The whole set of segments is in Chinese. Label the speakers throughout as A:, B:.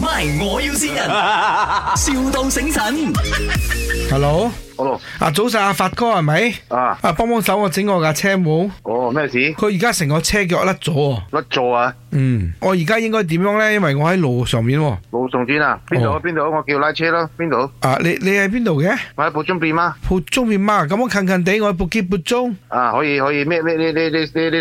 A: ，My 我要先人，,笑到醒神。
B: Hello，
C: 哦，
B: 啊早晨啊發哥係咪？
C: 啊
B: 啊幫幫手我整我架車冇，
C: 哦，咩事？
B: 佢而家成個車腳甩咗啊！
C: 甩座啊，
B: 嗯，我而家應該點樣呢？因為我喺路上面喎。
C: 路送轉啊，邊度
B: 哦
C: 啊邊度啊，我叫拉車咯，邊度？
B: 啊，你你喺邊度嘅？
C: 我喺寶中變嗎？
B: 蒲中變媽，咁我近近地，我喺布基布中。
C: 啊，可以可以，咩咩你你你你你你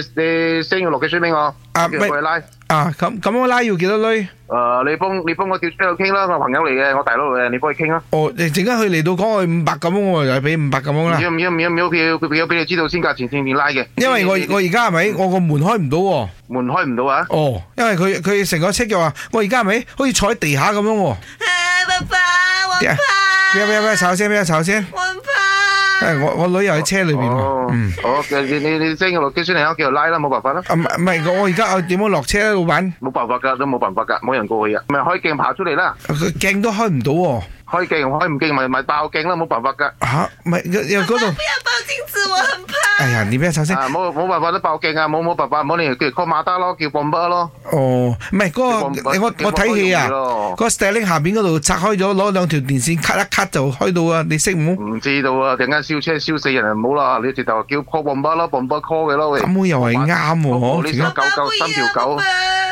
C: send 個落嘅書俾我，
B: 啊
C: 叫我去拉。
B: 啊，咁咁我拉要幾多鐳？
C: 誒，你幫你幫我叫車去傾啦，我朋友嚟嘅，我大佬嚟嘅，你幫佢傾啦。
B: 哦，你陣間佢嚟到講我五百咁，我就俾五百咁樣啦。
C: 要唔要啊唔要唔要票票票俾你知道先價錢先至拉嘅。
B: 因為我
C: 啊
B: 我而家係咪我個門開唔到喎？
C: 門開唔到啊，
B: 哦，因為佢佢成個車腳話我而家係咪好似坐喺地下咁樣喎？
D: 啊，爸爸，我
B: 呀
D: 怕，
B: 咩啊咩咩，炒聲咩炒聲？
D: 我怕。
B: 誒，我我女又喺車裏邊喎
C: 哦。
B: 嗯。，
C: 哦，你你你 send 個落嘅書嚟，我叫佢拉啦，冇辦法啦。
B: 啊，唔唔係我我而家我點樣落車咧，老闆？
C: 冇辦法㗎，都冇辦法㗎，冇人過去啊。咪開鏡爬出嚟啦，
B: 佢鏡都開唔到喎。
C: 開鏡開唔鏡咪咪爆鏡啦，冇辦法㗎。
B: 嚇，唔係又嗰度
D: 不。要抱镜子，我很怕。
B: 哎呀，你咩首先？
C: 啊，冇冇辦法都爆鏡啊，冇冇辦法，冇你叫 call 馬達咯，叫 bomber 咯，
B: 哦，唔係嗰
C: 你
B: 個
C: 望
B: 我
C: 你
B: 我
C: 望
B: 睇戲啊，
C: 開容易咯
B: 個 styling 下邊嗰度拆開咗，攞兩條電線咔一咔就開到啊！你識唔好？
C: 唔知道啊，陣間燒車燒死人啊，唔好啦，你直頭叫 call bomber 咯，bomber call 嘅咯喂。哦
B: 咁又係啱喎，
C: 我
B: 我
C: 呢
B: 而家
C: 狗狗
D: 不要啊
C: 三條狗
D: 爸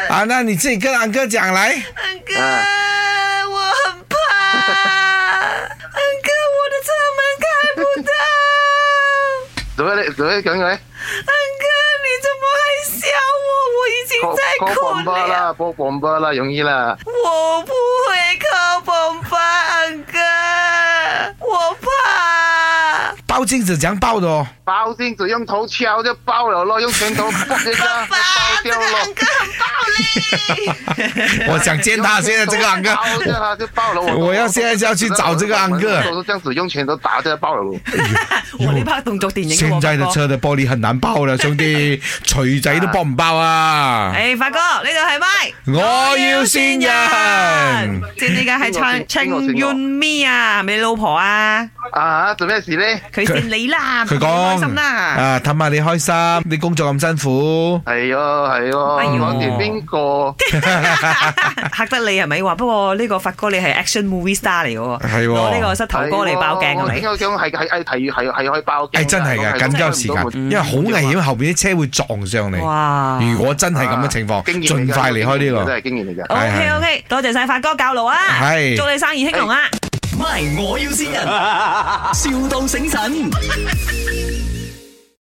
D: 爸
B: 啊，那你自己跟阿哥講嚟。
D: 安哥，我很怕。安哥，我的车门开不到。
C: 做咩你做咩咁嘅
D: 安啊哥，你怎么还笑我？我已经
C: ？call
D: 在
C: call
D: 哭
C: bomber
D: 了。
C: 啦，call bomber 啦，容易啦。
D: 我不会靠蹦吧，安哥，我啊怕。
B: 包金子怎樣包的 哦？
C: 包钉子用頭敲就爆了咯，用拳 頭啪一下就
D: 爸爸，
C: 爆
D: 这
C: 掉
D: 个
C: 咯
D: 啊安。哥很 暴力。
B: 我想見他現啊在這個 昂哥。
C: 用拳頭敲一下就爆了我。
B: 我要現在就要去找這個昂哥
C: 都是這樣子用拳頭打就爆了咯。
E: 我呢拍動作電影喎，
B: 現在的
E: 發哥。
B: 車的玻璃很難包了，兄弟， 錘仔都包唔包啊？
C: 哎
E: 誒，發哥，呢度係咪？
B: 我要先人。
E: 即係呢家係唱
C: 邊個邊個
E: 唱 You Me 啊，係咪你老婆啊？
C: 啊，做咩事咧？
E: 佢先你啦，
B: 佢
E: 氹你開
B: 講
E: 心啦。
B: 啊，氹下你開心，你工作咁辛苦，
C: 係啊係啊，
E: 哎呦
C: 講住邊個？
E: 嚇得你係咪？話不過呢個發哥你係 action movie star 嚟嘅喎，
B: 係喎
E: 攞呢個膝頭哥嚟爆鏡係啊
C: 我
E: 咪
C: 點？解咁係係係係係係可以爆鏡㗎？
B: 誒哎真係
C: 啊
B: 嘅，緊急時間，因
C: 嗯
B: 為好危險，後邊啲車會撞上你。
E: 哇
B: 如果真係咁嘅情況，
C: 經驗嚟
B: 盡
C: 㗎
B: 快離開呢個
C: 真。係經驗嚟㗎。
E: OK OK，多謝晒發哥教路啊，
B: 係
E: 祝你生意興隆啊！
A: My 我要先人，,笑到醒神。